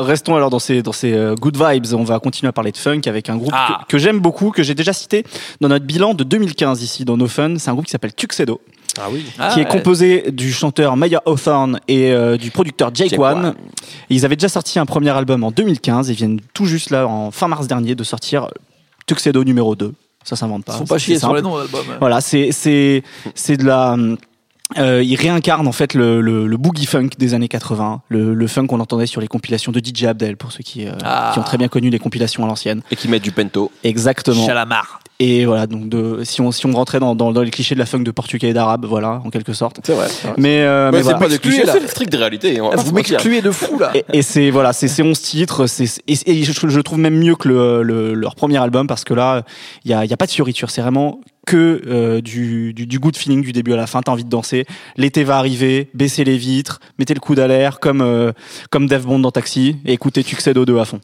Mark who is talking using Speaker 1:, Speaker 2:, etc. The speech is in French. Speaker 1: Restons alors dans ces, dans ces euh, good vibes. On va continuer à parler de funk avec un groupe
Speaker 2: Ah.
Speaker 1: que, que j'aime beaucoup, que j'ai déjà cité dans notre bilan de 2015 ici dans No Fun. C'est un groupe qui s'appelle Tuxedo,
Speaker 3: Ah oui.
Speaker 2: Ah,
Speaker 1: qui est
Speaker 2: ouais.
Speaker 1: composé du chanteur Maya Hawthorne et euh, du producteur Jake,
Speaker 2: Jake
Speaker 1: One.
Speaker 2: One.
Speaker 1: Et Ils avaient déjà sorti un premier album en 2015. Ils viennent tout juste là, en fin mars dernier, de sortir Tuxedo numéro 2. Ça s'invente pas.
Speaker 2: Ils font pas
Speaker 1: C'est
Speaker 2: chier sur
Speaker 1: simple.
Speaker 2: les noms d'albums.
Speaker 1: Voilà, c'est c'est c'est de la euh, il réincarne en fait le, le, le boogie funk des années 80, le, le funk qu'on entendait sur les compilations de DJ Abdel pour ceux qui, euh,
Speaker 2: Ah.
Speaker 1: qui ont très bien connu les compilations à l'ancienne.
Speaker 3: Et qui mettent du pento.
Speaker 1: Exactement.
Speaker 2: Chalamar.
Speaker 1: Et voilà, donc de, si on si on rentrait dans, dans, dans les clichés de la funk de portugais et d'arabe, voilà, en quelque sorte.
Speaker 3: C'est vrai.
Speaker 1: Mais, euh, mais
Speaker 3: Mais c'est
Speaker 1: voilà.
Speaker 3: pas des
Speaker 2: M'excluez,
Speaker 3: clichés
Speaker 2: là.
Speaker 3: là. Ah, C'est strict de réalité. hein. on va pas se
Speaker 2: Ah, Vous
Speaker 3: mentir.
Speaker 2: m'excluez de fou là.
Speaker 1: hein. Et, et c'est voilà, c'est c'est 11 titres. C'est et, et je, je trouve même mieux que le, le- leur premier album parce que là, il y a, il y a pas de fioriture. C'est vraiment que euh, du, du, du good feeling du début à la fin. T'as envie de danser. L'été va arriver. Baissez les vitres. Mettez le coude à l'air comme euh, comme Dave Bond dans Taxi et écoutez Tuxedo 2 à fond.